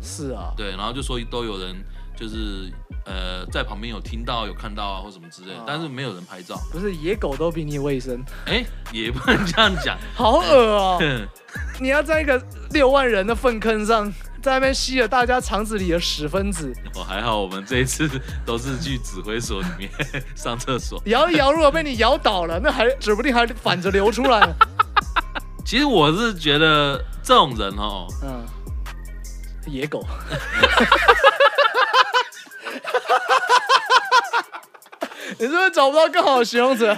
是啊，
对，然后就说都有人就是呃在旁边有听到有看到啊或什么之类的
啊，
但是没有人拍照，
不是野狗都比你卫生，
哎、也不能这样讲，
好恶哦、
(laughs) 哼
你要在一个六万人的粪坑上，在那边吸了大家肠子里的屎分子，
我、哦还好，我们这一次都是去指挥所里面 (laughs) 上厕所。
摇一摇，如果被你摇倒了，那还指不定还反着流出来
(laughs)
呢。
其实我是觉得这种人哦，
嗯，
(laughs)
野狗。你是不是找不到更好的形容词？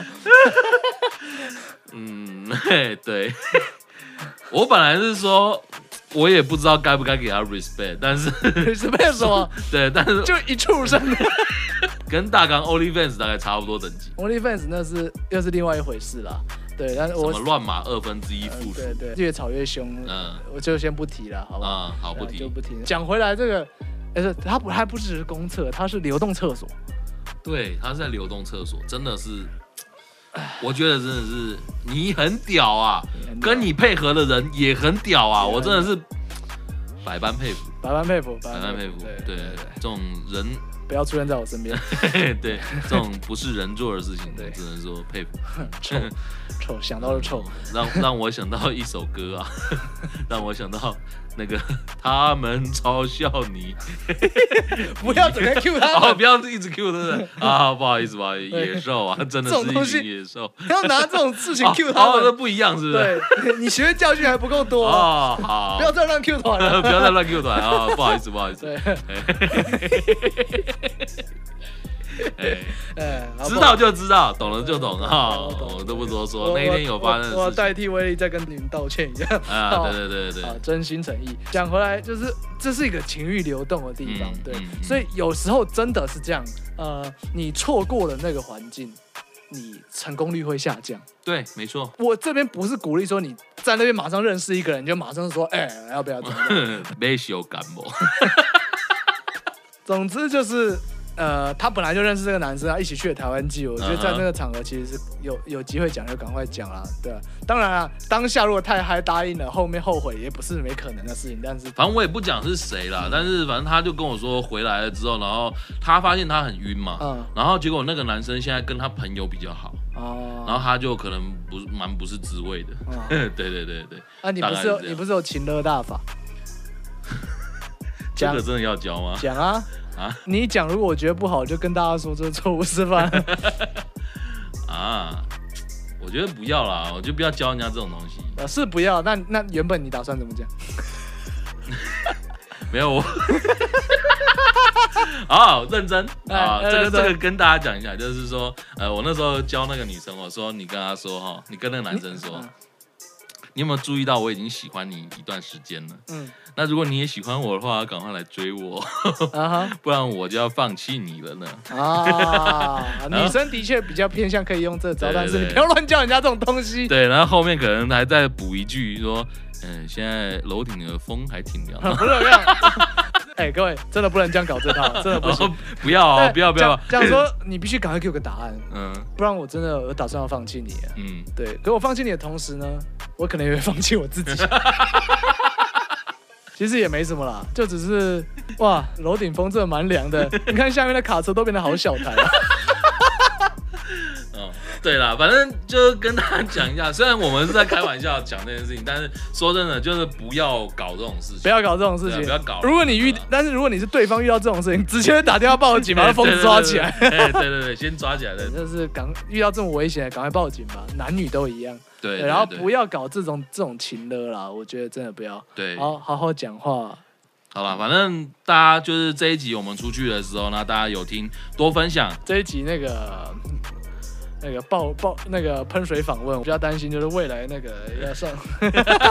嗯， (laughs) 嘿，对，我本来是说，我也不知道该不该给他 respect，但是
你是为什么？
(laughs) 对，但是
就一
(laughs)
畜生。
跟大纲 OnlyFans 大概差不多等级，
OnlyFans 那是又是另外一回事啦。对，但是
什
我
么乱码二分之一付出，
对对，越吵越凶，
嗯
我就先不提了，好吧？
啊、好不
对就
提，
不提。讲回来，这个，但是它不，它不只是公厕，它是流动厕所。
对，他是在流动厕所，真的是，我觉得真的是你很屌啊，跟你配合的人也很屌啊，
也很
我真的是百般佩服，
百般佩服，百
百般佩服，对，这种人，
不要出现在我身边， (laughs)
嘿嘿 (laughs) 对，这种不是人做的事情，我
对
只能说佩服。
臭臭，想到就臭。
让让我想到一首歌啊， (laughs) 让我想到那
(laughs)
个他们嘲笑你，
不要整天 Q 他 (laughs)
哦，
们，
不要一直 Q 对不对？啊，不好意思，不好意思，
(laughs) 对
野兽啊，真的
这种
是一
东西
群野兽，
不要拿这种事情
哦
Q 他
哦，这
们。
不一样是不是？
对，你学的教训还不够多，
哦，好 (laughs)
不，要再乱 Q 团了。
不要再乱 Q 团啊，不好意思，不好意思， (laughs)
对，
哎，
哎，好
知
不好
道就知道，懂了就懂啊，
我懂
我都不多
我
说，那一天有发生
我我
的
我
事
代替威力再跟你们道歉一下。
情啊，对对对对
啊，，真心诚意。讲回来，就是这是一个情欲流动的地方，
嗯
对，
嗯嗯
所以有时候真的是这样，呃，你错过了那个环境，你成功率会下降。
对，没错，
我这边不是鼓励说你在那边马上认识一个人，你就马上说，哎、要不要怎么样？
(laughs) 没修感冒，
总之就是。呃，他本来就认识这个男生啊，一起去了台湾记。我觉得
嗯哼
在那个场合其实是有有机会讲就赶快讲啦，对啊。当然啊，当下如果太嗨答应了，后面后悔也不是没可能的事情。但是
反正我也不讲是谁啦，但是反正他就跟我说回来了之后，然后他发现他很晕嘛，
嗯
然后结果那个男生现在跟他朋友比较好，
哦，
然后他就可能不是蛮不是滋味的，
嗯
(laughs) 对对对对，
啊，你
大
不
概
是有
这样
你不是有情勒大法？
这
讲
个真的要教吗？
讲啊
啊
你讲，如果我觉得不好，就跟大家说这是错误
(laughs)
示范。
啊，我觉得不要啦，我就不要教人家这种东西。
呃是不要。那那原本你打算怎么
(laughs)
讲？
没有我， (laughs) 好认真
哎
啊！这
哎
个
认
这
真
个跟大家讲一下，就是说，呃，我那时候教那个女生，我说你跟她说哈，你跟那个男生说
嗯，
你有没有注意到我已经喜欢你一段时间了？
嗯
那如果你也喜欢我的话，赶快来追我， (laughs)
啊
不然我就要放弃你了呢。
哈
(laughs)
啊，女生的确比较偏向可以用这招，
对对
但是你
对
不要乱叫人家这种东西。
对，然后后面可能还再补一句说，嗯，现在楼顶的风还挺凉的。
不能这样。 (laughs) 哎，各位真的不能这样搞
(laughs)
这套，真的 (laughs) 不行。
哦不要啊！
哎
不要不
这
要
样！这
(laughs)
样说，你必须赶快给我个答案，
嗯
不然我真的我打算要放弃你了。
嗯，
对，可我放弃你的同时呢，我可能也会放弃
(laughs)
我自己。其实也没什么啦，就只是哇，楼顶风真的蛮凉的。你看下面的卡车都变得好小台、啊，
嗯，对啦，反正就是跟大家讲一下，虽然我们是在开玩笑讲这件事情，但是说真的，就是不要搞这种事情，
不要搞这种事
对
情，
啊不要搞
如果你遇
对啊，
但是如果你是对方遇到这种事情，直接打电话报
(laughs)
警，把那疯子抓起来。 (laughs)
对。对对对对哎，对对对，先抓起来再
就是赶遇到这么危险的，赶快报警吧，男女都一样。
对，
然后
对
不要搞这种这种情勒啦，我觉得真的不要。
对，
(laughs) 好好好讲话，
好了，反正大家就是这一集我们出去的时候呢，大家有听多分享，
这一集那个那个爆爆那个喷水访问，我比较担心就是未来那个要
(laughs)
上，
之
各位哎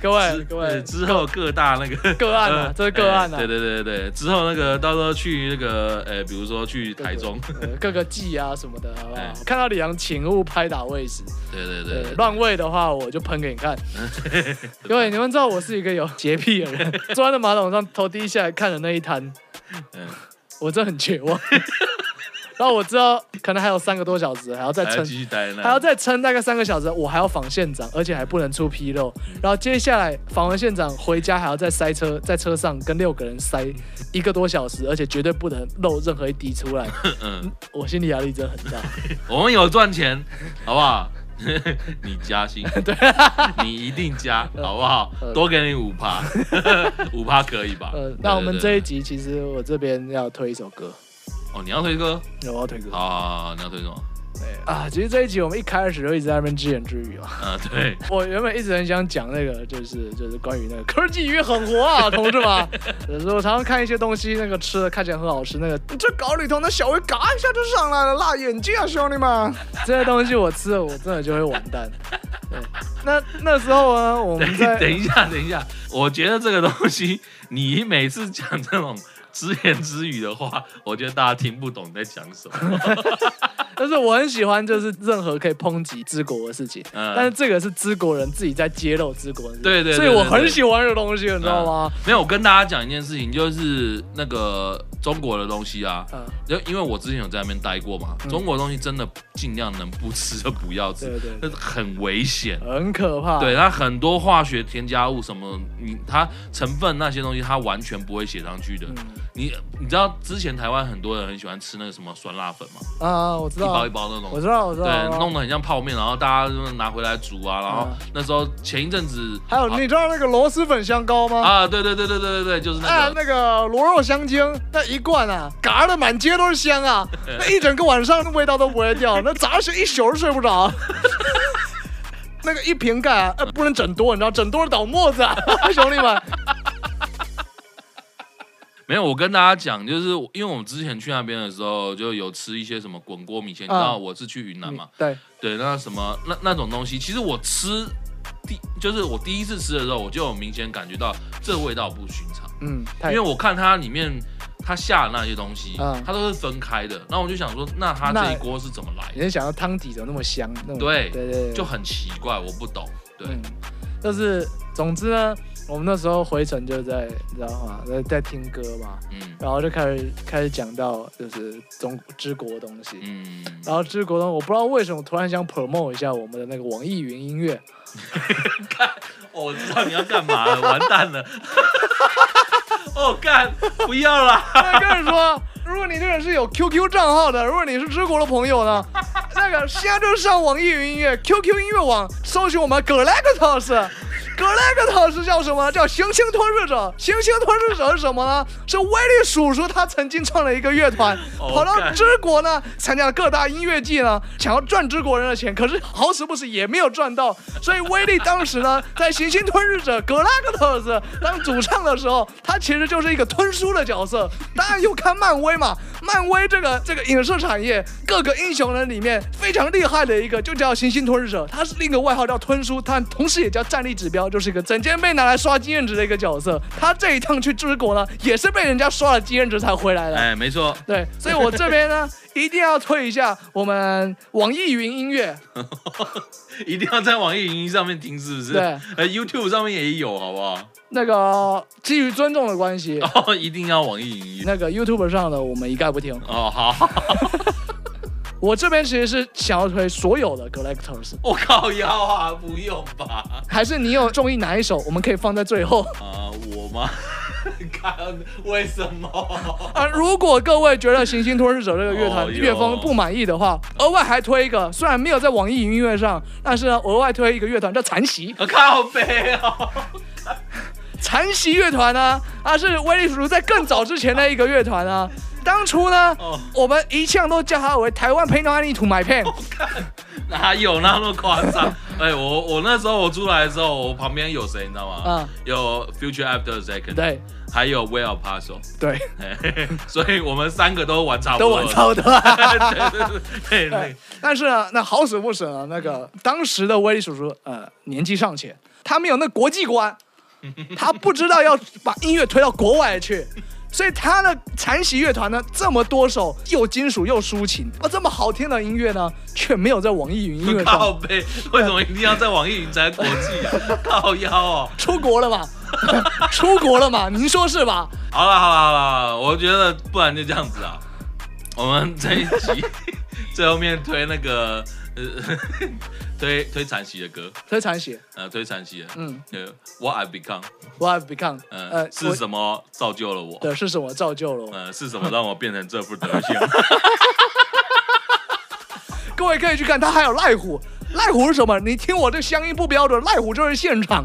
各
呃
位
之后各大那个哎
个案啊，这是个案
嗯
啊，
对对对对对，之后那个到时候去那个呃，比如说去台中，
各个呃各个季啊什么的，好不好
哎？
看到李阳，请勿拍打喂食。
对对对
对，
对，
乱喂的话，我就喷给
(laughs)
你看。因为你们知道我是一个有洁癖
(laughs)
的人，坐在马桶上头低下来看的那一滩，
嗯
我真的很绝望。 (laughs) 然后我知道可能还有三个多小时，还要再
还要
撑，
继续待那，
还要再撑大概三个小时，我还要访县长，而且还不能出纰漏。然后接下来访完县长回家还要再塞车，在车上跟六个人塞一个多小时，而且绝对不能漏任何一滴出来。
嗯，
我心理压力真的很大。
我们有赚钱，好不好？ (laughs) 你加
(laughs)
薪，对，你一定加，好不好？多给你五趴， (laughs) 五趴可以吧？
呃
对，
那我们
对
这
对
一集其实我这边要推一首歌，
哦，你要推歌，
我要推歌。
好好好，好你要推什么？
对啊，其实这一集我们一开始就一直在那边自言自语嘛。
啊，对，
我原本一直很想讲那个，就是就是关于那个 (laughs) 科技与狠活啊，同
(laughs)
志们。就是我常常看一些东西，那个吃的看起来很好吃，那个这搞里头那小鱼嘎一下就上来了，辣眼睛啊，兄
(laughs)
弟们！这些东西我吃了，我真的就会完蛋。对，那那时候呢，我们在
(laughs) 等等一下，等一下，我觉得这个东西，你每次讲这种只言只语的话，我觉得大家听不懂你在讲什么。
但是我很喜欢，就是任何可以抨击知国的事情。
嗯
但是这个是知国人自己在揭露知国人的事
对
情，
对对
所以我
对对
很喜欢这个东西，你知道吗？
没有，我跟大家讲一件事情，就是那个中国的东西啊，
嗯，
因为因为我之前有在那边待过嘛，中国的东西真的尽量能不吃就不要吃
对，对啊
那
对，
是很危险。
很可怕。
嗯对，它很多化学添加物什么，你它成分那些东西，它完全不会写上去
嗯
的。你你知道之前台湾很多人很喜欢吃那个什么酸辣粉吗？
啊，我知
一
道
包
啊
一，包那种
我知道，我知道。
对
我知，道
弄得很像泡面，然后大家就拿回来煮啊，然后那时候前一阵子
嗯还有你知道那个螺蛳粉香膏吗？
啊，对对对对对对对，就是那
哎，
个，
那个螺肉香精，那一罐啊，嘎的满街都是香
(laughs)
啊，那一整个晚上那味道都不会掉，那早上睡一宿都睡不着。那个一瓶盖啊，呃，不能整多，你知道，整多了倒
(laughs)
沫子啊，兄弟们。
没有，我跟大家讲，就是因为我们之前去那边的时候，就有吃一些什么滚锅米线，你知
嗯
道我是去云南嘛，
对，
对，那什么那那种东西，其实我吃第就是我第一次吃的时候，我就有明显感觉到这味道不寻常，
嗯，
因
太
为我看它里面。它下的那些东西
嗯，
它都是分开的。那我就想说，那它
那
这一锅是怎么来
你
的？
是想要汤底怎么那么香？那种
对
对对对，
就很奇怪，我不懂。对，
嗯，就是总之呢，我们那时候回程就在，你知道吗？在在听歌嘛，
嗯
然后就开始开始讲到就是中知国的东西。
嗯，
然后知国呢，我不知道为什么突然想 promote 一下我们的那个网易云音
(laughs)
乐，
哦我知道你要干嘛了，完蛋了。 (laughs) 哦，干，不要啦！
那跟你说，如果你这个是有 QQ 账号的，如果你是知国的朋友呢，那个现在就上网易云音乐、QQ 音乐网搜寻我们 Galactus。Galactus 叫什么？叫行星吞噬者。行星吞噬者是什么呢？是威利叔叔他曾经创了一个乐团，
哦
跑到
干
知国呢参加各大音乐季呢，想要赚知国人的钱，可是好死不死也没有赚到。所以威利当时呢，在行星吞噬者 Galactus 当主唱的时候，他其实就是一个吞书的角色。当然又看漫威嘛，漫威这个这个影视产业各个英雄人里面非常厉害的一个，就叫行星吞噬者，他是另一个外号叫吞书，他同时也叫战力指标，就是一个整天被拿来刷经验值的一个角色。他这一趟去知国呢，也是被人家刷了经验值才回来的。
哎，没错，
对，所以我这边呢， (laughs) 一定要推一下我们网易云音乐。
一定要在网易云音乐上面听，是不是？
对
呃，YouTube 上面也有，好不好？
那个基于尊重的关系，
哦，一定要网易云音乐。
那个 YouTube 上的我们一概不听。
哦，好，
我这边其实是想要推所有的 Collectors，
我靠腰啊，不用吧？
还是你有中意哪一首，我们可以放在最后。 (laughs)
啊、我吗？ (laughs) 看为什
(laughs)
么？
啊，如果各位觉得《行星托日者》这个乐团
哦哟
乐风不满意的话，额外还推一个，虽然没有在网易云音乐上，但是呢，额外推一个乐团叫残席。
啊，靠背哦，
残席乐团呢，啊是威利叔在更早之前的一个乐团啊。当初呢，
哦
我们一向都叫它为台湾陪暖你土买片。
哪有那么夸张？哎，我我那时候我出来的时候，我旁边有谁你知道吗？
嗯
有 Future After Second，，
对
还有 w e l l Paso， (laughs)
对，
所以我们三个都玩差不
都
多了，
玩差不多了。
(laughs) 对对对对
(laughs)
对，
但是呢，那好死不死呢，那个当时的威利叔叔，呃，年纪尚浅，他没有那国
(laughs)
际观，他不知道要把音乐推到国外去，所以他的残席乐团呢，这么多首又金属又抒情，啊，这么好听的音乐呢，却没有在网易云音乐
靠
上
背，为什么一定要在网易云才国际啊？
(laughs)
靠腰哦！
出国了嘛， (laughs) 出国了嘛，您说是吧？
好了好了好了，我觉得不然就这样子啊，我们这一
(laughs)
集最后面推那个呃 (laughs) 推推残席的歌，
推残席，
呃推残席的，
嗯
呃 What I Become，
，What I've Become，
嗯、
呃，
是什么造就了我？
的是什么造就了我？
嗯、是什么让我变成这副德行？
各位可以去看，他还有赖虎。赖虎是什么？你听我这乡音不标准，赖虎就是现场。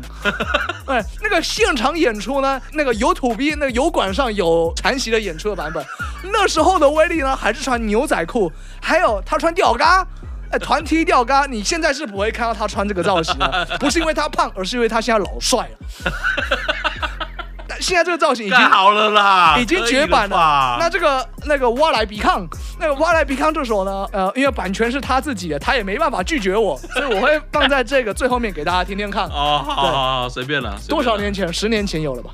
哎，那个现场演出呢，那个有土逼，那个油管上有残席的演出的版本。那时候的威力呢，还是穿牛仔裤，还有他穿吊嘎，哎，团体吊嘎。你现在是不会看到他穿这个造型的，不是因为他胖，而是因为他现在老帅了。但现在这个造 (laughs) 型已经
干好了啦，
已经绝版
啊可以了吧
了。那这个那个挖来比抗，那个挖来比抗这首呢，呃，因为版权是他自己的，他也没办法拒绝我，所以我会放在这个最后面给大家听听看。
哦，好好好，随便了，随便啦
多少年前？十年前有了吧？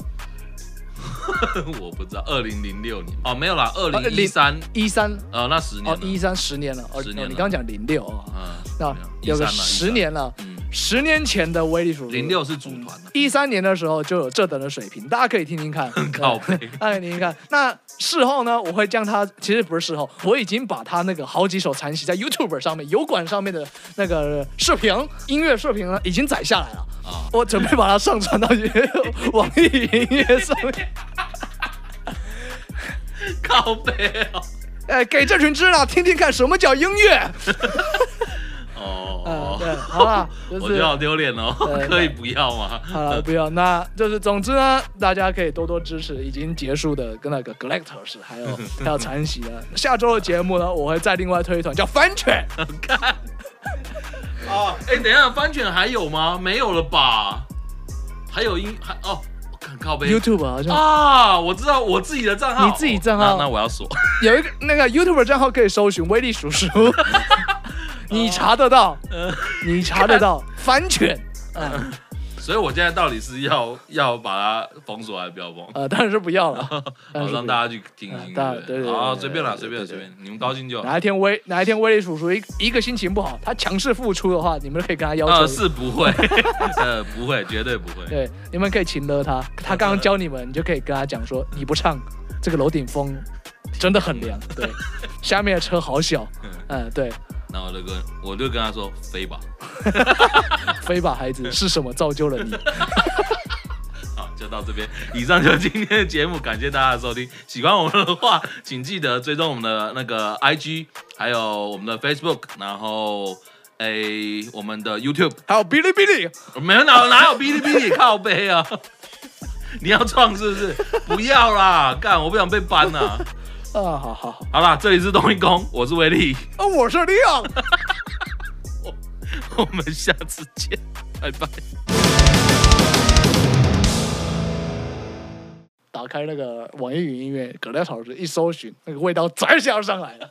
(laughs) 我不知道，二零零六年哦，没有啦，二零一三，
一三
呃，那十年
哦
了，，
一三十年了哦，哦
十
你
年了
刚刚讲零六啊，
嗯，
那有个十年了
嗯，
十年前的威力叔叔
零六是组团啊的，
一三年的时候就有这等的水平，大家可以听
(laughs)
听看。
靠
对
背
大家可以听听 (laughs) 看。那事后呢，我会将他其实不是事后，我已经把他那个好几首残席在 YouTube 上面、油管上面的那个视频、音乐视频呢，已经载下来了。
啊
我准备把它上传到网易云音乐上面，
(laughs) 靠背哦，
哎，给这群知了听听看什么叫音乐。嗯，对，
哦，
好了，就
我
是
觉得好丢脸哦
对，
可以不要吗？
好了，不要。那就是，总之呢，大家可以多多支持已经结束的跟那个 Galactus，还
(laughs)
有还有残席的。下周的节目呢，我会再另外推一团叫番犬。
哦，哎，等一下，番犬还有吗？没有了吧？还有音还哦，我看靠背
YouTube 好像
啊，我知道我自己的账号，
你自己账号
那那我要锁，
有一个那个 YouTube 账号可以搜寻威力叔 (laughs) 叔，你查得 (laughs) 到，
呃
你查得 (laughs) 到番犬。嗯，
所以我现在到底是要要把它封锁还是不要封？
呃，当然是不要 (laughs) 了。但
好
是
让大家去听一听，
啊大家对对对
好，
对
随便啦，
对
随便啦随
对
便，你们高兴就好。
哪一天威哪一天威力叔叔一一个心情不好，他强势付出的话，你们可以跟他要求。
呃，是不
(laughs)
会，呃，不会，绝对不会。
对，你们可以请了他。他刚刚教你们，你就可以跟他讲说，你不唱这个楼顶风真的很 (laughs) 凉，对，下面的车好小，嗯，对， (laughs)
那我就跟我就跟他说飞吧，
飞吧孩子，是什么造就 (laughs) 了你？
好，就到这边。以上就是今天的节目，感谢大家的收听。喜欢我们的话， (laughs) 请记得追踪我们的那个 IG，还有我们的 Facebook，然后诶，我们的 YouTube。
还有哔哩哔哩，
没有哪哪有哔哩哔哩靠背啊？ (laughs) 你要撞是不是？不要啦，干，我不想被搬呐、
啊，好好好，
好啦，这里是东一公，我是威力。
啊，我是李昂。
我们下次见，拜拜。
(laughs) 打开那个网易云音乐，葛大草是一搜寻，那个味道直下上来了。